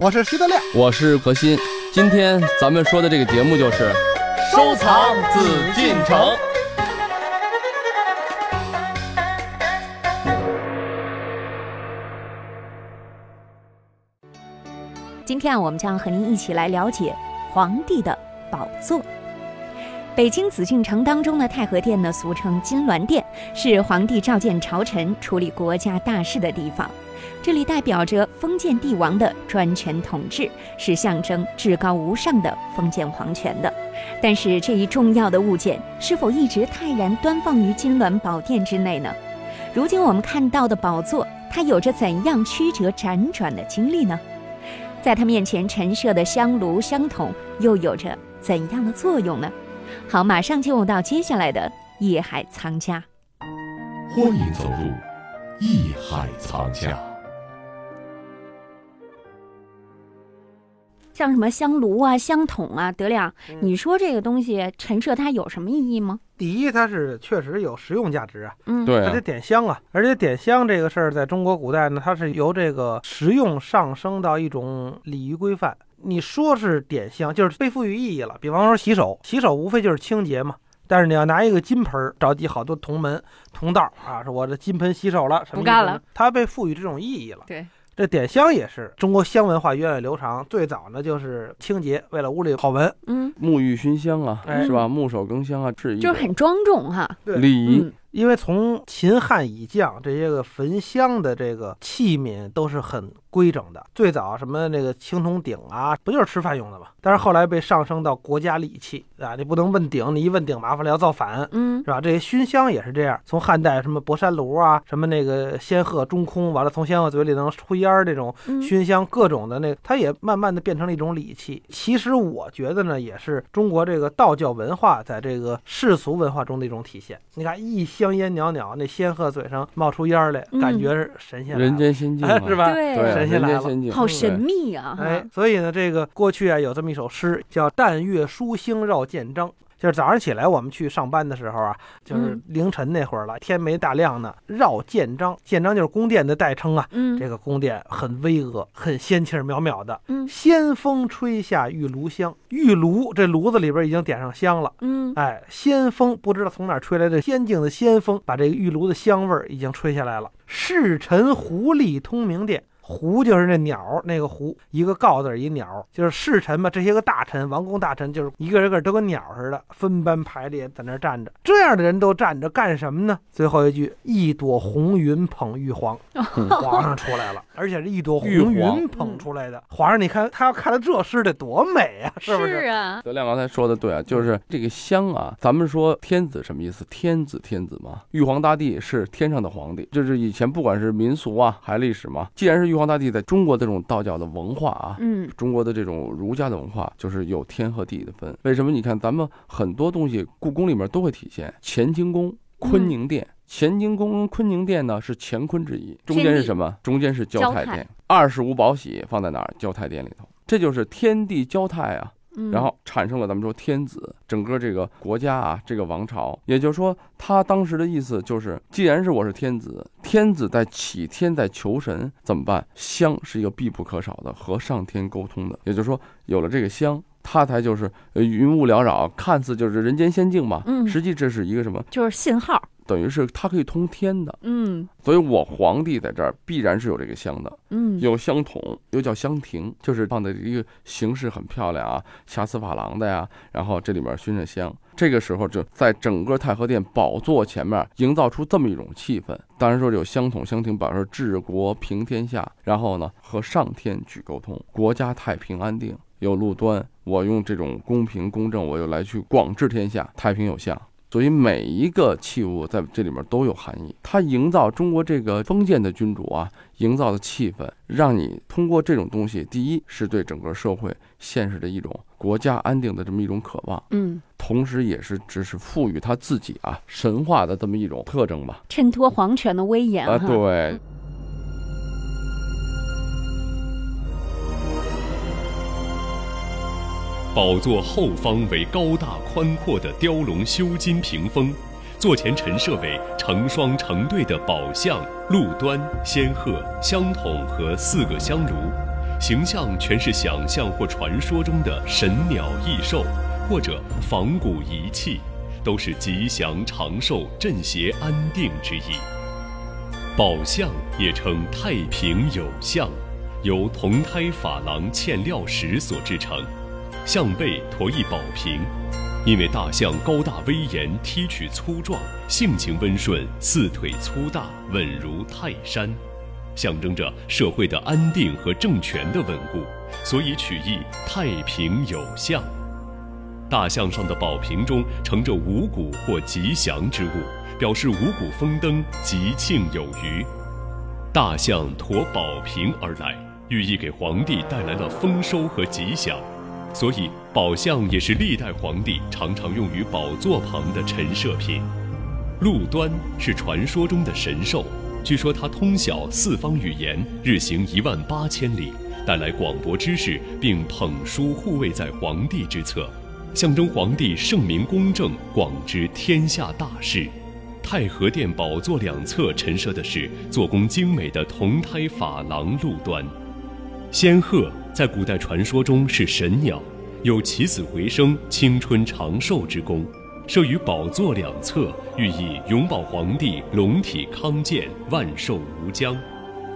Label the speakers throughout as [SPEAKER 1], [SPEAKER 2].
[SPEAKER 1] 我是徐德亮，
[SPEAKER 2] 我是何鑫。今天咱们说的这个节目就是
[SPEAKER 1] 收藏紫禁城。
[SPEAKER 3] 今天啊，我们将和您一起来了解皇帝的宝座。北京紫禁城当中的太和殿呢，俗称金銮殿，是皇帝召见朝臣、处理国家大事的地方。这里代表着封建帝王的专权统治，是象征至高无上的封建皇权的。但是，这一重要的物件是否一直泰然端放于金銮宝殿之内呢？如今我们看到的宝座，它有着怎样曲折辗转的经历呢？在它面前陈设的香炉、香筒又有着怎样的作用呢？好，马上进入到接下来的夜海藏家。
[SPEAKER 4] 欢迎走入艺海藏家。
[SPEAKER 3] 像什么香炉啊、香筒啊，德亮，你说这个东西陈设它有什么意义吗？
[SPEAKER 1] 第一，它是确实有实用价值啊，
[SPEAKER 3] 嗯，，
[SPEAKER 2] 对
[SPEAKER 1] 而且
[SPEAKER 2] 啊，
[SPEAKER 1] 点香啊，而且点香这个事儿，在中国古代呢，它是由这个实用上升到一种礼仪规范。你说是点香，就是被赋予意义了。比方说洗手，洗手无非就是清洁嘛。但是你要拿一个金盆儿，找几好多铜门、铜道儿啊，说我这金盆洗手了，什
[SPEAKER 3] 不
[SPEAKER 1] 么意思
[SPEAKER 3] 干
[SPEAKER 1] 呢
[SPEAKER 3] 了，
[SPEAKER 1] 它被赋予这种意义了。
[SPEAKER 3] 对，
[SPEAKER 1] 这点香也是中国香文化源远流长，最早呢就是清洁，为了屋里好闻。
[SPEAKER 3] 嗯，
[SPEAKER 2] 沐浴熏香啊，
[SPEAKER 1] 哎
[SPEAKER 2] 是吧？沐手更香啊，是一
[SPEAKER 3] 就
[SPEAKER 2] 种
[SPEAKER 3] 是很庄重哈。
[SPEAKER 2] 礼仪。
[SPEAKER 3] 嗯，
[SPEAKER 1] 因为从秦汉以降，这些个焚香的这个器皿都是很规整的。最早什么那个青铜鼎啊，不就是吃饭用的嘛？但是后来被上升到国家礼器啊，你不能问鼎，你一问鼎麻烦了，要造反。
[SPEAKER 3] 嗯，
[SPEAKER 1] 是吧？这些熏香也是这样，从汉代什么博山炉啊，什么那个仙鹤中空，完了从仙鹤嘴里能出烟儿这种
[SPEAKER 3] 嗯
[SPEAKER 1] 熏香，各种的那个，它也慢慢的变成了一种礼器。其实我觉得呢，也是中国这个道教文化在这个世俗文化中的一种体现。你看一香烟袅袅，那仙鹤嘴上冒出烟儿来，感觉是神仙来了
[SPEAKER 2] 人间仙境嘛、
[SPEAKER 1] 哎 是吧？
[SPEAKER 3] 嗯对
[SPEAKER 2] 对，啊
[SPEAKER 1] 神仙
[SPEAKER 2] 人
[SPEAKER 1] 来
[SPEAKER 2] 间
[SPEAKER 1] 了
[SPEAKER 2] 仙境，
[SPEAKER 3] 好神秘啊。
[SPEAKER 1] 哎
[SPEAKER 3] 哈，，
[SPEAKER 1] 所以呢，这个过去啊有这么一首诗叫“但月疏星绕见征”，就是早上起来我们去上班的时候啊，就是
[SPEAKER 3] 嗯
[SPEAKER 1] 凌晨那会儿了，天没大亮呢，绕见章，见章就是宫殿的代称啊。
[SPEAKER 3] 嗯
[SPEAKER 1] 这个宫殿很巍峨，很仙气儿渺渺的。
[SPEAKER 3] 嗯
[SPEAKER 1] 仙风吹下玉炉香，玉炉这炉子里边已经点上香了。
[SPEAKER 3] 嗯，
[SPEAKER 1] 哎，仙风不知道从哪儿吹来的仙境的仙风，把这个玉炉的香味儿已经吹下来了。世臣狐狸通明殿，狐就是那鸟儿，那个狐，一个告字儿一鸟儿，就是世臣嘛，这些个大臣、王公大臣，就是一个人个都跟鸟儿似的，分班排列在那儿站着。这样的人都站着干什么呢？最后一句，一朵红云捧玉皇，皇上出来了，而且是一朵红
[SPEAKER 2] 玉皇
[SPEAKER 1] 云捧出来的。皇上，你看他要看了这诗得多美啊，是不是？
[SPEAKER 3] 啊，
[SPEAKER 2] 德亮刚才说的对啊，就是这个香啊，咱们说天子什么意思？天子天子嘛，玉皇大帝是天上的皇帝，就是以前不管是民俗啊，还历史嘛，既然是玉皇大帝，在中国这种道教的文化啊，
[SPEAKER 3] 嗯
[SPEAKER 2] 中国的这种儒家的文化，就是有天和地的分。为什么？你看咱们很多东西，故宫里面都会体现乾清宫、坤宁殿。乾清宫跟坤宁殿呢是乾坤之一，中间是什么？中间是交泰
[SPEAKER 3] 交
[SPEAKER 2] 殿
[SPEAKER 3] 泰。
[SPEAKER 2] 二十五宝玺放在哪儿？交泰殿里头，这就是天地交泰啊。
[SPEAKER 3] 嗯，
[SPEAKER 2] 然后产生了咱们说天子，整个这个国家啊，这个王朝，也就是说，他当时的意思就是，既然是我是天子，天子在祈天，在求神，怎么办？香是一个必不可少的，和上天沟通的。也就是说，有了这个香，他才就是呃云雾缭绕，看似就是人间仙境嘛，
[SPEAKER 3] 嗯
[SPEAKER 2] 实际这是一个什么？
[SPEAKER 3] 就是信号，
[SPEAKER 2] 等于是它可以通天的。
[SPEAKER 3] 嗯
[SPEAKER 2] 所以我皇帝在这儿必然是有这个香的。
[SPEAKER 3] 嗯，
[SPEAKER 2] 有香筒，又叫香亭，就是放的一个形式很漂亮啊，瑕疵珐琅的呀。然后这里面熏着香，这个时候就在整个太和殿宝座前面营造出这么一种气氛。当然说有香筒、香亭，表示治国平天下，然后呢和上天去沟通，国家太平安定。有路端，我用这种公平公正，我又来去广治天下，太平有象。所以每一个器物在这里面都有含义，它营造中国这个封建的君主啊，营造的气氛，让你通过这种东西，第一是对整个社会现实的一种国家安定的这么一种渴望，
[SPEAKER 3] 嗯，
[SPEAKER 2] 同时也是只是赋予他自己啊神话的这么一种特征吧。
[SPEAKER 3] 衬托皇权的威严
[SPEAKER 2] 啊，
[SPEAKER 3] 哈
[SPEAKER 2] 对，
[SPEAKER 4] 宝座后方为高大宽阔的雕龙鎏金屏风，
[SPEAKER 5] 座前陈设为成双成对的宝像、鹿端、仙鹤、香筒和四个香炉，形象全是想象或传说中的神鸟异兽或者仿古遗器，都是吉祥长寿、镇邪安定之意。宝相也称太平有相，由铜胎珐琅嵌料石所制成，象背驮一宝瓶。因为大象高大威严，踢曲粗壮，性情温顺，四腿粗大，稳如泰山，象征着社会的安定和政权的稳固，所以取意太平有象。大象上的宝瓶中盛着五谷或吉祥之物，表示五谷丰登、吉庆有余。大象驮宝瓶而来，寓意给皇帝带来了丰收和吉祥，所以宝象也是历代皇帝常常用于宝座旁的陈设品。陆端是传说中的神兽，据说它通晓四方语言，日行一万八千里，带来广博知识，并捧书护卫在皇帝之侧，象征皇帝圣明公正，广知天下大事。太和殿宝座两侧陈设的是做工精美的铜胎珐琅鹿端。仙鹤在古代传说中是神鸟，有起死回生、青春长寿之功，设于宝座两侧，寓意永保皇帝龙体康健、万寿无疆。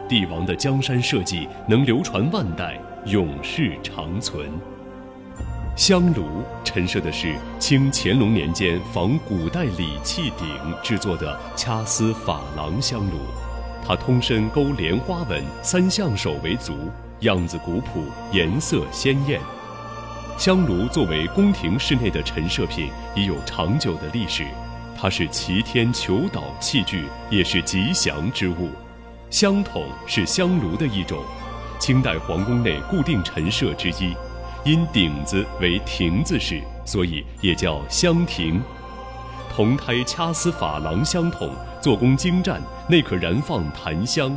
[SPEAKER 5] 帝王的江山社稷能流传万代，永世长存。香炉陈设的是清乾隆年间仿古代礼器鼎制作的掐丝珐琅香炉，它通身勾莲花纹，三象首为足，样子古朴，颜色鲜艳。香炉作为宫廷室内的陈设品，已有长久的历史，它是齐天求导器具，也是吉祥之物。香筒是香炉的一种，清代皇宫内固定陈设之一。因顶子为亭子式，所以也叫香亭。铜胎掐丝珐琅香筒做工精湛，内可燃放檀香，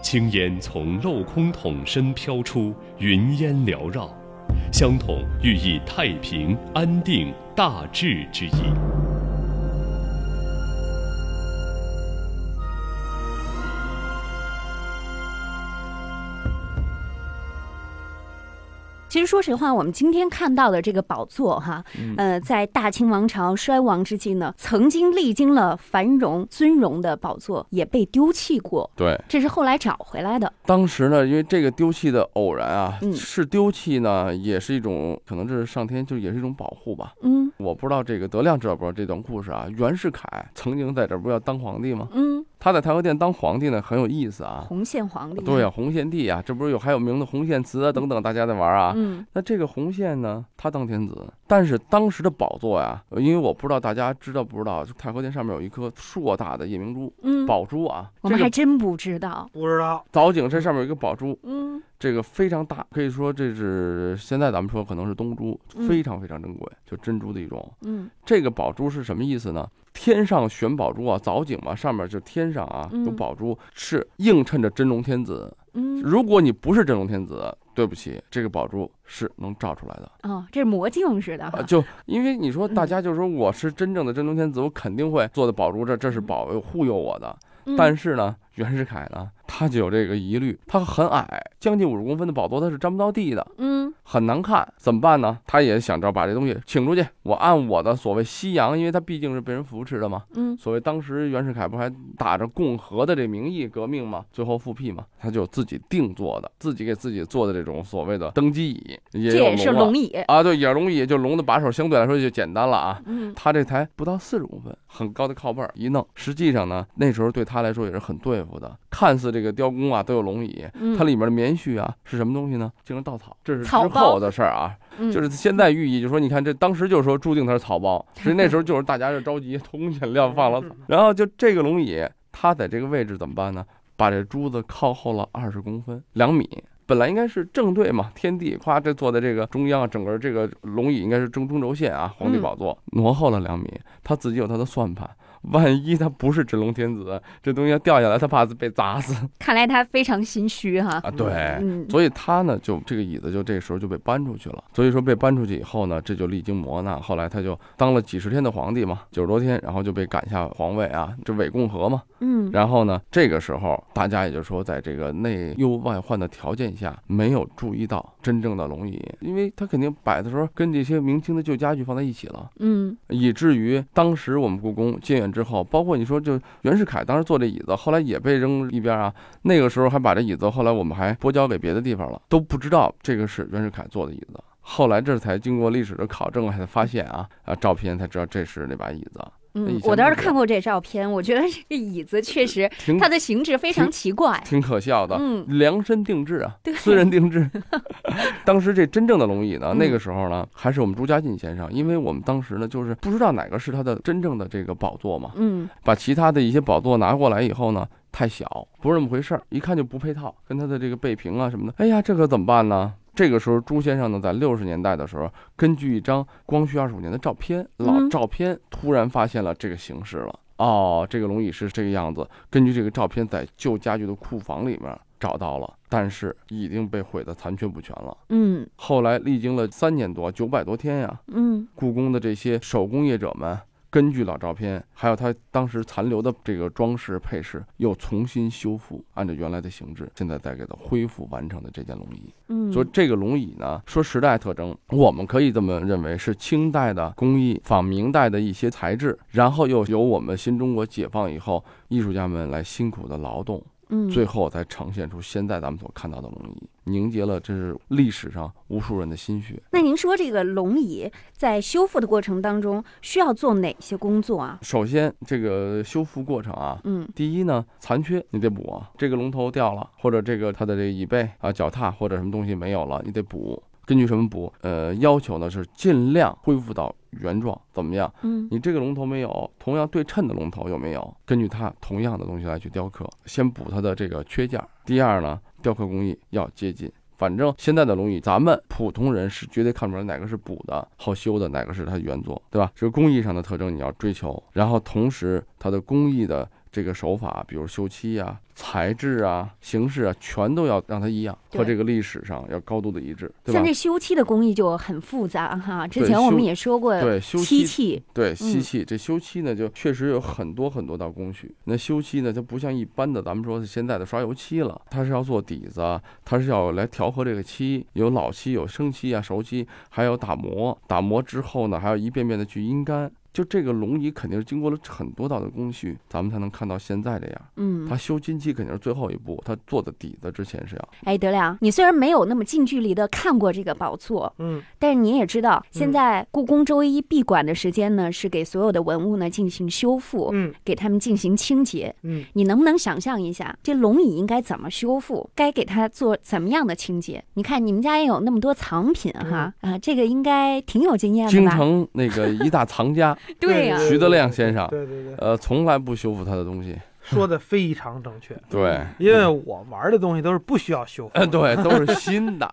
[SPEAKER 5] 青烟从镂空筒身飘出，云烟缭绕。香筒寓意太平、安定、大治之意。
[SPEAKER 3] 其实说实话，我们今天看到的这个宝座哈，
[SPEAKER 2] 嗯
[SPEAKER 3] 呃，在大清王朝衰亡之际呢，曾经历经了繁荣尊荣的宝座也被丢弃过，
[SPEAKER 2] 对，
[SPEAKER 3] 这是后来找回来的。
[SPEAKER 2] 当时呢，因为这个丢弃的偶然啊，
[SPEAKER 3] 嗯
[SPEAKER 2] 是丢弃呢，也是一种可能这是上天就也是一种保护吧。
[SPEAKER 3] 嗯
[SPEAKER 2] 我不知道这个德亮知道不知道这段故事啊？袁世凯曾经在这儿不是要当皇帝吗？
[SPEAKER 3] 嗯，
[SPEAKER 2] 他在太和殿当皇帝呢，很有意思啊。
[SPEAKER 3] 红线皇帝。
[SPEAKER 2] 对呀、红献帝啊，这不是有还有名的红献祠啊等等，大家在玩啊。
[SPEAKER 3] 嗯
[SPEAKER 2] 那这个红线呢，他当天子，但是当时的宝座呀，呃因为我不知道大家知道不知道，就太和殿上面有一颗硕大的夜明珠，
[SPEAKER 3] 嗯，
[SPEAKER 2] 宝珠啊，
[SPEAKER 3] 我
[SPEAKER 2] 这
[SPEAKER 3] 们还
[SPEAKER 2] 个
[SPEAKER 3] 真不知道。
[SPEAKER 1] 不知道
[SPEAKER 2] 藻井这上面有一个宝珠，
[SPEAKER 3] 嗯
[SPEAKER 2] 这个非常大，可以说这是现在咱们说可能是东珠，
[SPEAKER 3] 嗯
[SPEAKER 2] 非常非常珍贵，就珍珠的一种。
[SPEAKER 3] 嗯
[SPEAKER 2] 这个宝珠是什么意思呢？天上悬宝珠啊，藻井嘛，上面就天上啊有
[SPEAKER 3] 嗯
[SPEAKER 2] 宝珠，是映衬着真龙天子。
[SPEAKER 3] 嗯，
[SPEAKER 2] 如果你不是真龙天子，对不起，这个宝珠是能照出来的。
[SPEAKER 3] 哦，这是魔镜似的
[SPEAKER 2] 啊，
[SPEAKER 3] 哈。
[SPEAKER 2] 就因为你说大家就说我是真正的真龙天子，我肯定会做的保住这，这是保佑护佑我的。
[SPEAKER 3] 嗯
[SPEAKER 2] 但是呢，袁世凯呢，他就有这个疑虑，他很矮，将近五十公分的宝座他是沾不到地的，
[SPEAKER 3] 嗯
[SPEAKER 2] 很难看，怎么办呢？他也想着把这东西请出去，我按我的所谓西洋，因为他毕竟是被人扶持的嘛。
[SPEAKER 3] 嗯
[SPEAKER 2] 所谓当时袁世凯不还打着共和的这名义革命吗？最后复辟嘛，他就自己定做的，自己给自己做的这种所谓的登基椅，也
[SPEAKER 3] 这
[SPEAKER 2] 有
[SPEAKER 3] 也是
[SPEAKER 2] 龙啊
[SPEAKER 3] 龙椅。
[SPEAKER 2] 啊，对，也容易，就龙的把手相对来说就简单了啊。
[SPEAKER 3] 嗯
[SPEAKER 2] 他这才不到四十公分，很高的靠背儿一弄，实际上呢，那时候对他来说也是很对付的。看似这个雕工啊都有龙椅，
[SPEAKER 3] 嗯，
[SPEAKER 2] 它里面的棉絮啊是什么东西呢？竟是稻草，这是之
[SPEAKER 3] 草包
[SPEAKER 2] 后的事儿啊。
[SPEAKER 3] 嗯
[SPEAKER 2] 就是现在寓意，就说你看这当时就说注定它是草 包，所以那时候就是大家就着急，通饮料放了草，
[SPEAKER 3] 嗯
[SPEAKER 2] 然后就这个龙椅，它在这个位置怎么办呢？把这珠子靠后了二十公分，两米。本来应该是正对嘛，天地夸这坐在这个中央，整个这
[SPEAKER 3] 嗯
[SPEAKER 2] 个龙椅应该是中中轴线啊，皇帝宝座、挪后了两米，他自己有他的算盘，万一他不是真龙天子，这东西要掉下来，他怕被砸死
[SPEAKER 3] 看来他非常心虚哈。
[SPEAKER 2] 啊！对，
[SPEAKER 3] 嗯，
[SPEAKER 2] 所以他呢，就这个椅子就这时候就被搬出去了。所以说被搬出去以后呢，这就历经磨难，后来他就当了几十天的皇帝嘛，九十多天，然后就被赶下皇位啊，这伪共和嘛。
[SPEAKER 3] 嗯，
[SPEAKER 2] 然后呢，这个时候大家也就说，在这个内忧外患的条件下，没有注意到真正的龙椅，因为他肯定摆的时候跟这些明清的旧家具放在一起了，
[SPEAKER 3] 嗯，
[SPEAKER 2] 以至于当时我们故宫建院之后，包括你说就袁世凯当时坐这椅子，后来也被扔一边啊，那个时候还把这椅子，后来我们还拨交给别的地方了，都不知道这个是袁世凯坐的椅子。后来这才经过历史的考证，才发现啊啊照片才知道这是那把椅子，那以
[SPEAKER 3] 嗯，
[SPEAKER 2] 前
[SPEAKER 3] 我倒是
[SPEAKER 2] 不是
[SPEAKER 3] 看过这照片，我觉得这椅子确实
[SPEAKER 2] 挺
[SPEAKER 3] 它的形制非常
[SPEAKER 2] 挺
[SPEAKER 3] 奇怪。
[SPEAKER 2] 挺可笑嗯的。
[SPEAKER 3] 嗯
[SPEAKER 2] 量身定制啊
[SPEAKER 3] 对，
[SPEAKER 2] 私人定制。 当时这真正的龙椅呢，
[SPEAKER 3] 嗯
[SPEAKER 2] 那个时候呢，还是我们朱家进先生，因为我们当时呢，就是不知道哪个是他的真正的这个宝座嘛，
[SPEAKER 3] 嗯
[SPEAKER 2] 把其他的一些宝座拿过来以后呢，太小，不是那么回事儿，一看就不配套，跟他的这个背屏啊什么的，哎呀，这可怎么办呢？这个时候，朱先生呢，在六十年代的时候，根据一张光绪二十五年的照片，老
[SPEAKER 3] 嗯
[SPEAKER 2] 照片，突然发现了这个形式了。哦，这个龙椅是这个样子。根据这个照片，在旧家具的库房里面找到了，但是已经被毁得残缺不全了。
[SPEAKER 3] 嗯
[SPEAKER 2] 后来历经了三年多，九百多天呀、
[SPEAKER 3] 嗯
[SPEAKER 2] 故宫的这些手工业者们，根据老照片，还有他当时残留的这个装饰配饰，又重新修复，按照原来的形制，现在再给它恢复完成的这件龙椅。
[SPEAKER 3] 嗯，
[SPEAKER 2] 所以这个龙椅呢，说时代特征，我们可以这么认为，是清代的工艺仿明代的一些材质，然后又由我们新中国解放以后，艺术家们来辛苦的劳动，
[SPEAKER 3] 嗯
[SPEAKER 2] 最后才呈现出现在咱们所看到的龙椅，凝结了这是历史上无数人的心血。
[SPEAKER 3] 那您说这个龙椅在修复的过程当中需要做哪些工作啊？
[SPEAKER 2] 首先，这个修复过程啊，
[SPEAKER 3] 嗯
[SPEAKER 2] 第一呢，残缺你得补啊，这个龙头掉了，或者这个它的这个椅背啊、脚踏或者什么东西没有了，你得补。根据什么补？呃，要求呢是尽量恢复到原状，怎么样？
[SPEAKER 3] 嗯
[SPEAKER 2] 你这个龙头没有，同样对称的龙头有没有？根据它同样的东西来去雕刻，先补它的这个缺件儿。第二呢，雕刻工艺要接近。反正现在的龙椅，咱们普通人是绝对看不出来哪个是补的、好修的，哪个是它原作，对吧？这个工艺上的特征你要追求，然后同时它的工艺的这个手法，比如修漆啊、材质啊、形式啊，全都要让它一样，和
[SPEAKER 3] 对
[SPEAKER 2] 这个历史上要高度的一致，对吧
[SPEAKER 3] 像？这修漆的工艺就很复杂哈，之
[SPEAKER 2] 对
[SPEAKER 3] 前我们
[SPEAKER 2] 修
[SPEAKER 3] 也说过
[SPEAKER 2] 对，修
[SPEAKER 3] 漆
[SPEAKER 2] 漆
[SPEAKER 3] 器，
[SPEAKER 2] 对，吸
[SPEAKER 3] 嗯
[SPEAKER 2] 气，这修漆呢，就确实有很多很多道工序。那修漆呢，它不像一般的咱们说是现在的刷油漆了，它是要做底子，它是要来调和这个漆，有老漆、有生漆啊、熟漆，还有打磨。打磨之后呢，还要一遍遍的去阴干。就这个龙椅肯定是经过了很多道的工序，咱们才能看到现在这样。
[SPEAKER 3] 嗯
[SPEAKER 2] 它，修金漆肯定是最后一步，它做的底子之前是要。
[SPEAKER 3] 哎，德亮，你虽然没有那么近距离的看过这个宝座，
[SPEAKER 1] 嗯，
[SPEAKER 3] 但是你也知道，现
[SPEAKER 1] 嗯
[SPEAKER 3] 在故宫周一闭馆的时间呢，是给所有的文物呢进行修复，
[SPEAKER 1] 嗯
[SPEAKER 3] 给他们进行清洁。
[SPEAKER 1] 嗯，
[SPEAKER 3] 你能不能想象一下，这龙椅应该怎么修复？该给它做怎么样的清洁？你看你们家也有那么多藏品哈，
[SPEAKER 1] 嗯
[SPEAKER 3] 啊，这个应该挺有经验的
[SPEAKER 2] 京
[SPEAKER 3] 吧？
[SPEAKER 2] 城那个一大藏家，
[SPEAKER 3] 对呀、
[SPEAKER 1] 对
[SPEAKER 2] 徐德亮先生
[SPEAKER 1] 对对对，
[SPEAKER 2] 呃，从来不修复他的东西。
[SPEAKER 1] 说的非常正确，
[SPEAKER 2] 对，
[SPEAKER 3] 嗯
[SPEAKER 1] 因为我玩的东西都是不需要修复的
[SPEAKER 2] 嗯，，对，都是新 的，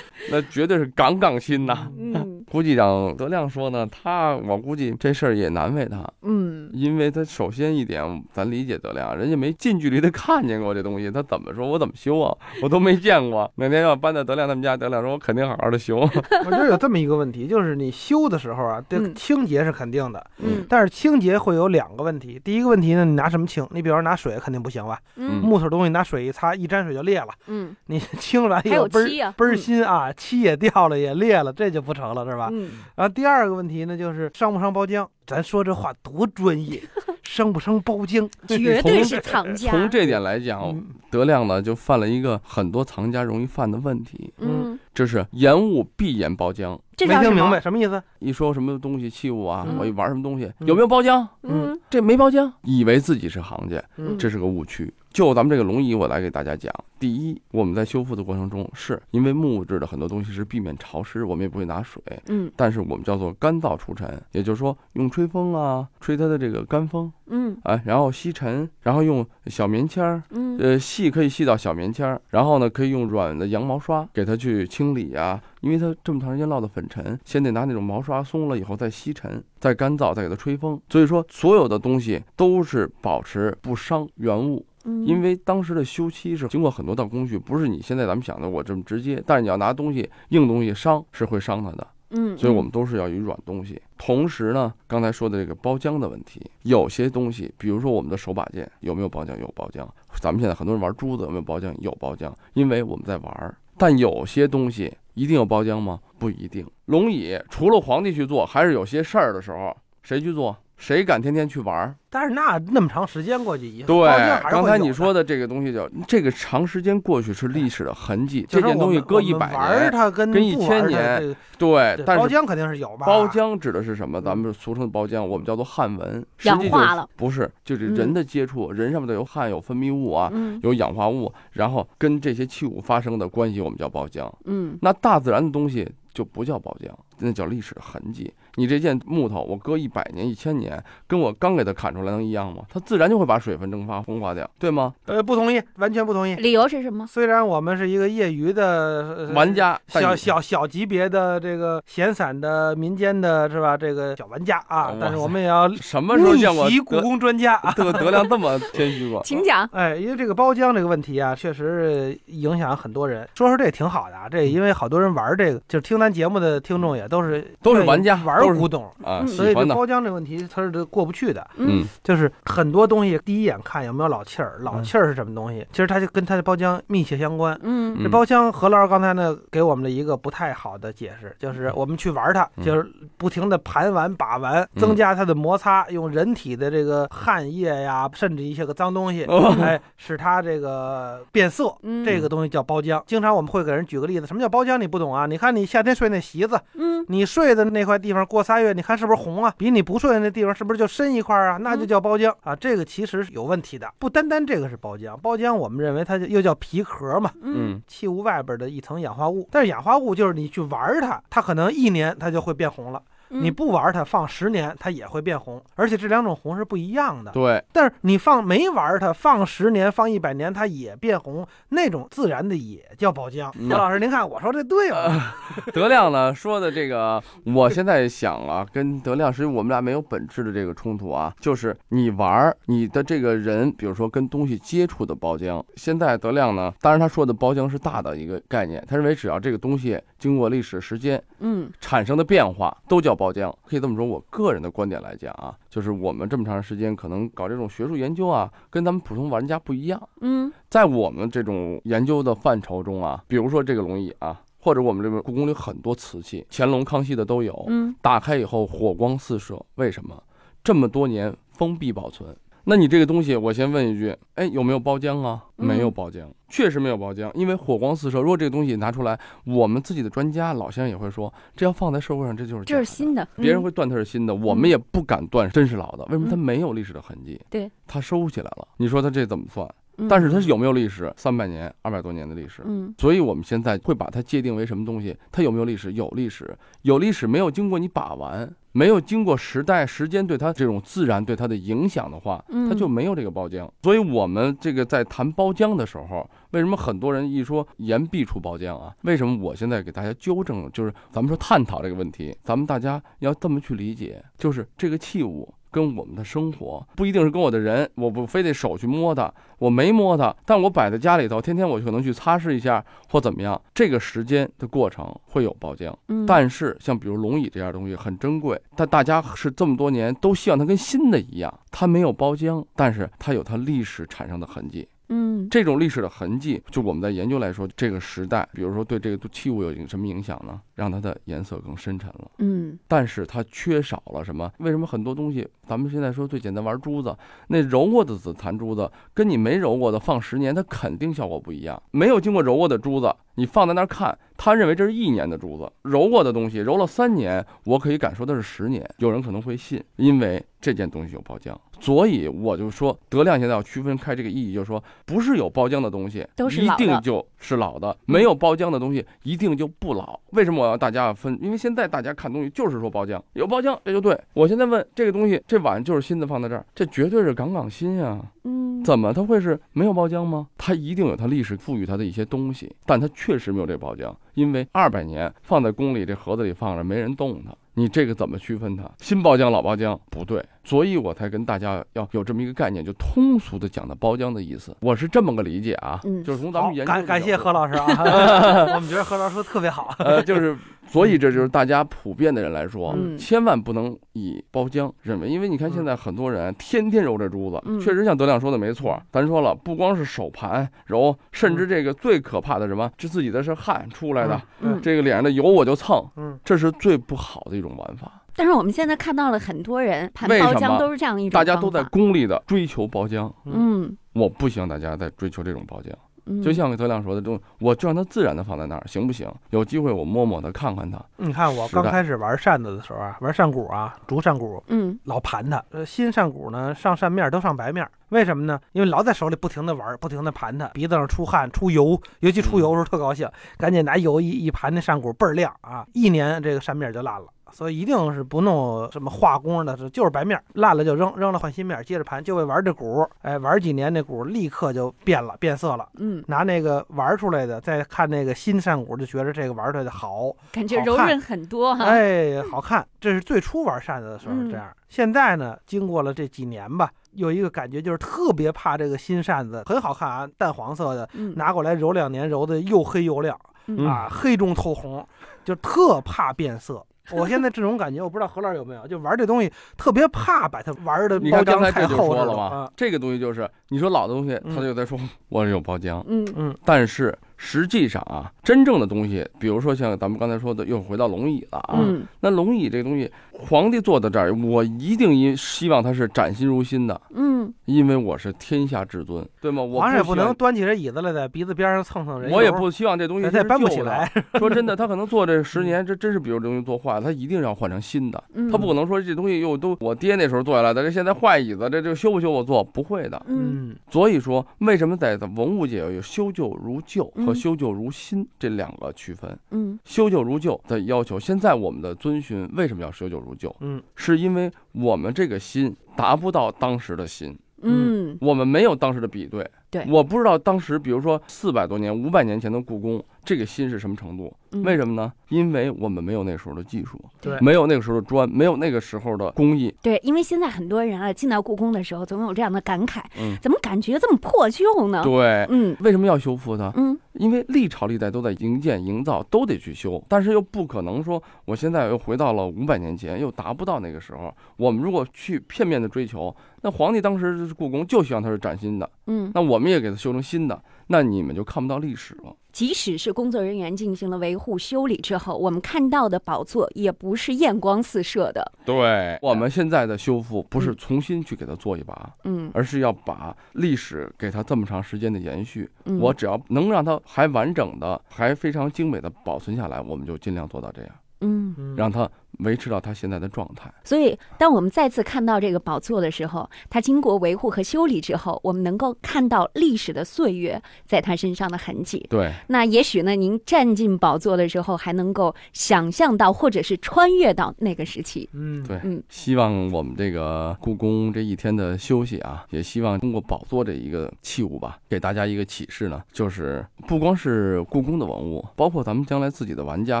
[SPEAKER 2] 那绝对是杠杠新呐。
[SPEAKER 3] 嗯
[SPEAKER 2] 估计让德亮说呢，他我估计这事儿也难为他，
[SPEAKER 3] 嗯
[SPEAKER 2] 因为他首先一点，咱理解德亮，人家没近距离的看见过这东西，他怎么说我怎么修啊，我都没见过。哪天要搬到德亮他们家，德亮说我肯定好好的修。
[SPEAKER 1] 我觉得有这么一个问题，就是你修的时候啊，这个
[SPEAKER 3] 嗯
[SPEAKER 1] 清洁是肯定的，
[SPEAKER 3] 嗯
[SPEAKER 1] 但是清洁会有两个问题。第一个问题呢，你拿什么清？你比如说拿水肯定不行吧，
[SPEAKER 3] 嗯
[SPEAKER 1] 木头东西拿水一擦，一沾水就裂了，
[SPEAKER 3] 嗯
[SPEAKER 1] 你 清完以
[SPEAKER 3] 还
[SPEAKER 1] 后
[SPEAKER 3] 有
[SPEAKER 1] 倍儿
[SPEAKER 3] 漆啊
[SPEAKER 1] 倍儿
[SPEAKER 3] 嗯
[SPEAKER 1] 新啊，漆也掉了也裂了，这就不成了是吧？
[SPEAKER 3] 嗯，
[SPEAKER 1] 然后第二个问题呢，就是伤不伤包浆？咱说这话多专 业，伤不伤包浆？
[SPEAKER 3] 绝对是藏家。
[SPEAKER 2] 从这点来讲，
[SPEAKER 1] 嗯
[SPEAKER 2] 德亮呢就犯了一个很多藏家容易犯的问题，
[SPEAKER 3] 嗯，
[SPEAKER 2] 就是延误必延包浆。
[SPEAKER 3] 这
[SPEAKER 1] 没
[SPEAKER 3] 叫什
[SPEAKER 1] 听明
[SPEAKER 3] 么
[SPEAKER 1] 白？什么意思？
[SPEAKER 2] 一说什么东西器物啊，
[SPEAKER 1] 嗯
[SPEAKER 2] 我一玩什么东西
[SPEAKER 1] 嗯
[SPEAKER 2] 有没有包浆？
[SPEAKER 3] 嗯
[SPEAKER 2] 这没包浆，以为自己是行家，
[SPEAKER 1] 嗯
[SPEAKER 2] 这是个误区。就咱们这个龙椅，我来给大家讲。第一，我们在修复的过程中，是因为木质的很多东西是避免潮湿，我们也不会拿水，
[SPEAKER 3] 嗯
[SPEAKER 2] 但是我们叫做干燥除尘，也就是说用吹风啊，吹它的这个干风，
[SPEAKER 3] 嗯
[SPEAKER 2] 哎，然后吸尘，然后用小棉签儿，
[SPEAKER 3] 嗯
[SPEAKER 2] 呃，细可以细到小棉签儿，然后呢，可以用软的羊毛刷给它去清理啊，因为它这么长时间落的粉尘，先得拿那种毛刷松了以后再吸尘，再干燥，再给它吹风。所以说，所有的东西都是保持不伤原物，
[SPEAKER 3] 嗯，
[SPEAKER 2] 因为当时的修漆是经过很多道工序，不是你现在咱们想的我这么直接，但是你要拿东西硬东西伤是会伤它的。
[SPEAKER 3] 嗯，
[SPEAKER 2] 所以我们都是要有软东西。同时呢，刚才说的这个包浆的问题，有些东西，比如说我们的手把件有没有包浆？有包浆。咱们现在很多人玩珠子有没有包浆？有包浆，因为我们在玩儿。但有些东西一定有包浆吗？不一定。龙椅除了皇帝去做，还是有些事儿的时候谁去做？谁敢天天去玩儿？
[SPEAKER 1] 但是那那么长时间过去，以后
[SPEAKER 2] 对
[SPEAKER 1] 包浆，还是
[SPEAKER 2] 刚
[SPEAKER 1] 会有
[SPEAKER 2] 才你说
[SPEAKER 1] 的，
[SPEAKER 2] 的这个东西叫这个长时间过去是历史的痕迹，
[SPEAKER 1] 就
[SPEAKER 2] 这
[SPEAKER 1] 是
[SPEAKER 2] 件东西
[SPEAKER 1] 我们
[SPEAKER 2] 搁一
[SPEAKER 1] 我们
[SPEAKER 2] 百
[SPEAKER 1] 玩儿
[SPEAKER 2] 年，
[SPEAKER 1] 它跟
[SPEAKER 2] 跟一
[SPEAKER 1] 不玩
[SPEAKER 2] 千
[SPEAKER 1] 儿它
[SPEAKER 2] 年
[SPEAKER 1] 这个
[SPEAKER 2] 对
[SPEAKER 1] 对，
[SPEAKER 2] 但是
[SPEAKER 1] 包浆肯定是有吧？
[SPEAKER 2] 包浆指的是什么？
[SPEAKER 1] 嗯
[SPEAKER 2] 咱们俗称的包浆，我们叫做汗纹，实
[SPEAKER 3] 氧
[SPEAKER 2] 际就
[SPEAKER 3] 化
[SPEAKER 2] 是
[SPEAKER 3] 了
[SPEAKER 2] 不是？就是人的接触，人上面的有汗，有分泌物啊，
[SPEAKER 3] 嗯
[SPEAKER 2] 有氧化物，然后跟这些器物发生的关系，我们叫包浆。
[SPEAKER 3] 嗯
[SPEAKER 2] 那大自然的东西就不叫包浆，那叫历史痕迹。你这件木头，我搁一百年、一千年，跟我刚给它砍出来能一样吗？它自然就会把水分蒸发、风化掉，对吗？
[SPEAKER 1] 呃，不同意，完全不同意。
[SPEAKER 3] 理由是什么？
[SPEAKER 1] 虽然我们是一个业余的、呃
[SPEAKER 2] 玩家，但
[SPEAKER 1] 小
[SPEAKER 2] 你
[SPEAKER 1] 小小级别的这个闲散的民间的是吧？这个小玩家啊
[SPEAKER 2] 哇，
[SPEAKER 1] 但是我们也要
[SPEAKER 2] 什么时候见过
[SPEAKER 1] 逆袭故
[SPEAKER 2] 德
[SPEAKER 1] 宫专家啊！
[SPEAKER 2] 德德亮这么谦虚过？
[SPEAKER 3] 请讲。
[SPEAKER 1] 哎，因为这个包浆这个问题啊，确实影响很多人。说说这也挺好的啊，
[SPEAKER 2] 嗯
[SPEAKER 1] 这因为好多人玩这个，就是听咱节目的听众也都是
[SPEAKER 2] 都是
[SPEAKER 1] 愿意
[SPEAKER 2] 玩家
[SPEAKER 1] 玩
[SPEAKER 2] 都是
[SPEAKER 1] 古董，
[SPEAKER 2] 啊，
[SPEAKER 3] 嗯
[SPEAKER 1] 所以
[SPEAKER 2] 喜
[SPEAKER 1] 这
[SPEAKER 2] 欢的，
[SPEAKER 1] 包浆这个问题它是过不去的。
[SPEAKER 2] 嗯，
[SPEAKER 1] 就是很多东西第一眼看有没有老气儿，老气儿是什么东西？其实它就跟它的包浆密切相关。
[SPEAKER 3] 嗯
[SPEAKER 1] 这包浆，何老师刚才呢给我们的一个不太好的解释，就是我们去玩它，
[SPEAKER 2] 嗯
[SPEAKER 1] 就是不停的盘玩、把玩，
[SPEAKER 2] 嗯
[SPEAKER 1] 增加它的摩擦，用人体的这个汗液呀，甚至一些个脏东西，
[SPEAKER 2] 哦
[SPEAKER 1] 哎，使它这个变色。
[SPEAKER 3] 嗯，
[SPEAKER 1] 这个东西叫包浆，经常我们会给人举个例子，什么叫包浆？你不懂啊？你看你夏天睡那席子，
[SPEAKER 3] 嗯
[SPEAKER 1] 你睡的那块地方过仨月，你看是不是红啊？比你不睡的那地方是不是就深一块啊？那就叫包浆啊！这个其实是有问题的，不单单这个是包浆，包浆我们认为它就又叫皮壳嘛。
[SPEAKER 3] 嗯
[SPEAKER 2] 嗯
[SPEAKER 1] 器物外边的一层氧化物，但是氧化物就是你去玩它，它可能一年它就会变红了；
[SPEAKER 3] 嗯，
[SPEAKER 1] 你不玩它，放十年它也会变红，而且这两种红是不一样的。
[SPEAKER 2] 对，
[SPEAKER 1] 但是你放没玩它，放十年、放一百年，它也变红，那种自然的也叫包浆。
[SPEAKER 2] 嗯
[SPEAKER 1] 何老师，您看我说这对吗？
[SPEAKER 2] 德亮呢说的这个，我现在想啊，跟德亮实际我们俩没有本质的这个冲突啊，就是你玩儿你的这个人，比如说跟东西接触的包浆。现在德亮呢，当然他说的包浆是大的一个概念，他认为只要这个东西经过历史时间
[SPEAKER 3] 嗯
[SPEAKER 2] 产生的变化都叫包浆。可以这么说，我个人的观点来讲啊，就是我们这么长时间可能搞这种学术研究啊，跟咱们普通玩家不一样。
[SPEAKER 3] 嗯
[SPEAKER 2] 在我们这种研究的范畴中啊，比如说这个龙椅啊，或者我们这个故宫里很多瓷器，乾隆、康熙的都有。
[SPEAKER 3] 嗯
[SPEAKER 2] 打开以后火光四射，为什么？这么多年封闭保存。那你这个东西，我先问一句，哎，有没有包浆啊？
[SPEAKER 3] 嗯
[SPEAKER 2] 没有包浆，确实没有包浆，因为火光四射。如果这个东西拿出来，我们自己的专家老先生也会说，这要放在社会上，这就是
[SPEAKER 3] 这是
[SPEAKER 2] 假的
[SPEAKER 3] 新的，
[SPEAKER 2] 别人
[SPEAKER 3] 嗯
[SPEAKER 2] 会断它是新的，我们也不敢断真是老的。为什么它
[SPEAKER 3] 嗯
[SPEAKER 2] 没有历史的痕迹？
[SPEAKER 3] 对，
[SPEAKER 2] 它收起来了。你说它这怎么算？
[SPEAKER 3] 嗯
[SPEAKER 2] 但是它是有没有历史？三百年、二百多年的历史。
[SPEAKER 3] 嗯
[SPEAKER 2] 所以我们现在会把它界定为什么东西？它有没有历史？有历史，有历史，没有经过你把玩，没有经过时代、时间对它这种自然对它的影响的话，它就
[SPEAKER 3] 嗯
[SPEAKER 2] 没有这个包浆。所以我们这个在谈包浆的时候，为什么很多人一说言必出包浆啊？为什么我现在给大家纠正，就是咱们说探讨这个问题，咱们大家要这么去理解，就是这个器物。跟我们的生活不一定是跟我的人，我不非得手去摸它，我没摸它，但我摆在家里头，天天我可能去擦拭一下或怎么样，这个时间的过程会有包浆。
[SPEAKER 3] 嗯
[SPEAKER 2] 但是像比如龙椅这样的东西很珍贵，但大家是这么多年都希望它跟新的一样，它没有包浆，但是它有它历史产生的痕迹。
[SPEAKER 3] 嗯
[SPEAKER 2] 这种历史的痕迹，就我们在研究来说，这个时代，比如说对这个器物有影什么影响呢？让它的颜色更深沉了。
[SPEAKER 3] 嗯
[SPEAKER 2] 但是它缺少了什么？为什么很多东西咱们现在说最简单玩珠子，那揉过的紫檀珠子跟你没揉过的放十年，它肯定效果不一样。没有经过揉过的珠子，你放在那儿看，他认为这是一年的珠子；揉过的东西，揉了三年，我可以敢说它是十年。有人可能会信，因为这件东西有包浆。所以我就说，德亮现在要区分开这个意义，就是说，不是有包浆的东西，
[SPEAKER 3] 都是
[SPEAKER 2] 一
[SPEAKER 3] 老的
[SPEAKER 2] 定就是老的；没有包浆的东西，一定就不老。为什么我要大家分？因为现在大家看东西就是说包浆，有包浆这就对。我现在问这个东西，这碗就是新的放在这儿，这绝对是杠杠新啊！
[SPEAKER 3] 嗯，
[SPEAKER 2] 怎么它会是没有包浆吗？它一定有它历史赋予它的一些东西，但它确实没有这包浆，因为二百年放在宫里这盒子里放着，没人动它。你这个怎么区分它？新包浆、老包浆不对，所以我才跟大家要有这么一个概念，就通俗的讲的包浆的意思，我是这么个理解啊，
[SPEAKER 3] 嗯
[SPEAKER 2] 就是从咱
[SPEAKER 1] 好
[SPEAKER 2] 们研，究
[SPEAKER 1] 感
[SPEAKER 2] 的
[SPEAKER 1] 感谢
[SPEAKER 2] 角度
[SPEAKER 1] 何老 师啊，我们觉得何老师说的特别 好。
[SPEAKER 2] 呃，就是，所以这就是大家普遍的人来说，
[SPEAKER 3] 嗯
[SPEAKER 2] 千万不能以包浆认为，因为你看现在很多人天天揉这珠子，
[SPEAKER 3] 嗯
[SPEAKER 2] 确实像德亮说的没错，咱说了，不光是手盘揉，甚至这个最可怕的什么，这自己的是汗出来的，
[SPEAKER 1] 嗯，
[SPEAKER 2] 哎这个脸上的油我就蹭，
[SPEAKER 1] 嗯，
[SPEAKER 2] 这是最不好的一种玩法。
[SPEAKER 3] 但是我们现在看到了很多人盘
[SPEAKER 2] 为
[SPEAKER 3] 包
[SPEAKER 2] 什
[SPEAKER 3] 浆
[SPEAKER 2] 么
[SPEAKER 3] 都是这样一种
[SPEAKER 2] 大家都
[SPEAKER 3] 方
[SPEAKER 2] 在
[SPEAKER 3] 法
[SPEAKER 2] 功利的追求包浆，
[SPEAKER 3] 嗯
[SPEAKER 2] 我不希望大家在追求这种包浆。
[SPEAKER 3] 嗯，
[SPEAKER 2] 就像德亮说的，这种我就让它自然的放在那儿，行不行？有机会我摸摸它，看看它，
[SPEAKER 1] 你看我
[SPEAKER 2] 实
[SPEAKER 1] 刚
[SPEAKER 2] 干
[SPEAKER 1] 开始玩扇子的时候啊，玩扇骨啊，竹扇骨，
[SPEAKER 3] 嗯
[SPEAKER 1] 老盘它。呃，新扇骨呢，上扇面都上白面，为什么呢？因为老在手里不停的玩，不停的盘它，鼻子上出汗出油，尤其出油的时候特高兴，赶紧拿油一一盘，那扇骨倍儿亮啊！一年这个扇面就烂了。所以一定是不弄什么化工的，是就是白面烂了就扔，扔了换新面，接着盘，就为玩这骨，哎，玩几年那骨立刻就变了，变色了。
[SPEAKER 3] 嗯，
[SPEAKER 1] 拿那个玩出来的，再看那个新扇骨，就觉得这个玩出来 的好，
[SPEAKER 3] 感觉
[SPEAKER 1] 好
[SPEAKER 3] 柔
[SPEAKER 1] 看
[SPEAKER 3] 韧很多哈，
[SPEAKER 1] 哎，好看。这是最初玩扇子的时候
[SPEAKER 3] 嗯
[SPEAKER 1] 是这样。现在呢，经过了这几年吧，有一个感觉就是特别怕这个新扇子，很好看啊，淡黄色的，
[SPEAKER 3] 嗯
[SPEAKER 1] 拿过来揉两年，揉的又黑又亮
[SPEAKER 3] 嗯
[SPEAKER 1] 啊，黑中透红，就特怕 变色。我现在这种感觉，我不知道何老师有没有，就玩这东西特别怕把它玩的
[SPEAKER 2] 你
[SPEAKER 1] 呃
[SPEAKER 2] 看
[SPEAKER 1] 包
[SPEAKER 2] 刚
[SPEAKER 1] 浆
[SPEAKER 2] 才
[SPEAKER 1] 太
[SPEAKER 2] 这就
[SPEAKER 1] 厚
[SPEAKER 2] 说
[SPEAKER 1] 似
[SPEAKER 2] 了
[SPEAKER 1] 的
[SPEAKER 2] 嘛
[SPEAKER 1] 啊，，
[SPEAKER 2] 这个东西就是你说老的东西，
[SPEAKER 1] 嗯
[SPEAKER 2] 他就在说我有包浆，
[SPEAKER 3] 嗯
[SPEAKER 2] 但是实际上啊，真正的东西，比如说像咱们刚才说的，又回到龙椅了啊。
[SPEAKER 3] 嗯
[SPEAKER 2] 那龙椅这个东西，皇帝坐在这儿，我一定一希望他是展心如新的，
[SPEAKER 3] 嗯
[SPEAKER 2] 因为我是天下至尊，对吗？我
[SPEAKER 1] 皇上也不
[SPEAKER 2] 不希望
[SPEAKER 1] 能，端起这椅子来在鼻子边上蹭蹭人油，
[SPEAKER 2] 我也不希望这东西
[SPEAKER 1] 他也
[SPEAKER 2] 是
[SPEAKER 1] 搬不
[SPEAKER 2] 旧
[SPEAKER 1] 起
[SPEAKER 2] 的
[SPEAKER 1] 来。。嗯
[SPEAKER 2] 说真 的，他可能做这十年，这真是比如这东西做坏了，他一定要换成新的。
[SPEAKER 3] 嗯，
[SPEAKER 2] 他不可能说这东西又都我爹那时候坐下来的，这现在坏椅子，这就修不修我坐？不会的。
[SPEAKER 3] 嗯
[SPEAKER 2] 所以说，为什么在文物界有修旧如旧和
[SPEAKER 3] 嗯
[SPEAKER 2] 修旧如新这两个区分？
[SPEAKER 3] 嗯
[SPEAKER 2] 修旧如旧的要求，现在我们的遵循为什么要修旧如旧？
[SPEAKER 1] 嗯，
[SPEAKER 2] 是因为我们这个新达不到当时的新，
[SPEAKER 3] 嗯
[SPEAKER 2] 我们没有当时的比对。
[SPEAKER 3] 对
[SPEAKER 2] 我不知道当时，比如说四百多年、五百年前的故宫，这个新是什么程度？
[SPEAKER 3] 嗯，
[SPEAKER 2] 为什么呢？因为我们没有那时候的技术，
[SPEAKER 1] 对
[SPEAKER 2] 没有那个时候的砖，没有那个时候的工艺。
[SPEAKER 3] 对，因为现在很多人啊，进到故宫的时候，总有这样的感慨，
[SPEAKER 2] 嗯
[SPEAKER 3] 怎么感觉这么破旧呢？
[SPEAKER 2] 对，
[SPEAKER 3] 嗯
[SPEAKER 2] 为什么要修复它？
[SPEAKER 3] 嗯
[SPEAKER 2] 因为历朝历代都在营建、营造，都得去修，但是又不可能说我现在又回到了五百年前，又达不到那个时候。我们如果去片面的追求，那皇帝当时就是故宫就希望它是崭新的，
[SPEAKER 3] 嗯，
[SPEAKER 2] 那我们也给它修成新的，那你们就看不到历史了。
[SPEAKER 3] 即使是工作人员进行了维护修理之后，我们看到的宝座也不是艳光四射的。
[SPEAKER 2] 对，我们现在的修复不是
[SPEAKER 3] 嗯
[SPEAKER 2] 重新去给它做一把，
[SPEAKER 3] 嗯
[SPEAKER 2] 而是要把历史给它这么长时间的延续。
[SPEAKER 3] 嗯，
[SPEAKER 2] 我只要能让它还完整的、还非常精美的保存下来，我们就尽量做到这样，
[SPEAKER 3] 嗯，
[SPEAKER 1] 嗯
[SPEAKER 2] 让它维持到它现在的状态。
[SPEAKER 3] 所以当我们再次看到这个宝座的时候，它经过维护和修理之后，我们能够看到历史的岁月在它身上的痕迹。
[SPEAKER 2] 对，
[SPEAKER 3] 那也许呢，您站进宝座的时候，还能够想象到或者是穿越到那个时期。
[SPEAKER 1] 嗯，
[SPEAKER 2] 对
[SPEAKER 3] 嗯
[SPEAKER 2] 希望我们这个故宫这一天的休息啊，也希望通过宝座这一个器物吧，给大家一个启示呢，就是不光是故宫的文物，包括咱们将来自己的玩家、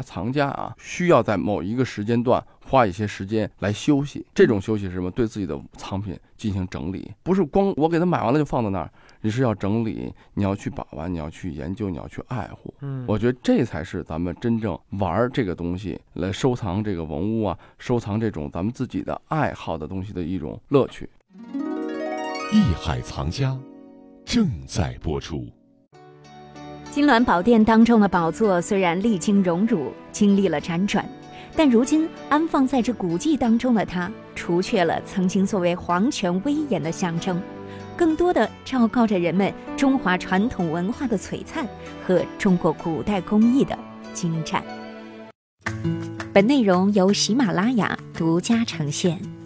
[SPEAKER 2] 藏家啊，需要在某一个时间段花一些时间来休息。这种休息是什么？对自己的藏品进行整理，不是光我给它买完了就放在那儿，你是要整理，你要去把玩，你要去研究，你要去爱护。
[SPEAKER 1] 嗯，
[SPEAKER 2] 我觉得这才是咱们真正玩儿这个东西，来收藏这个文物啊，收藏这种咱们自己的爱好的东西的一种乐趣。
[SPEAKER 4] 艺海藏家正在播出。
[SPEAKER 3] 金銮宝殿当中的宝座虽然历经荣辱，经历了辗转，但如今安放在这古迹当中的它，除却了曾经作为皇权威严的象征，更多的昭告着人们中华传统文化的璀璨和中国古代工艺的精湛。本内容由喜马拉雅独家呈现。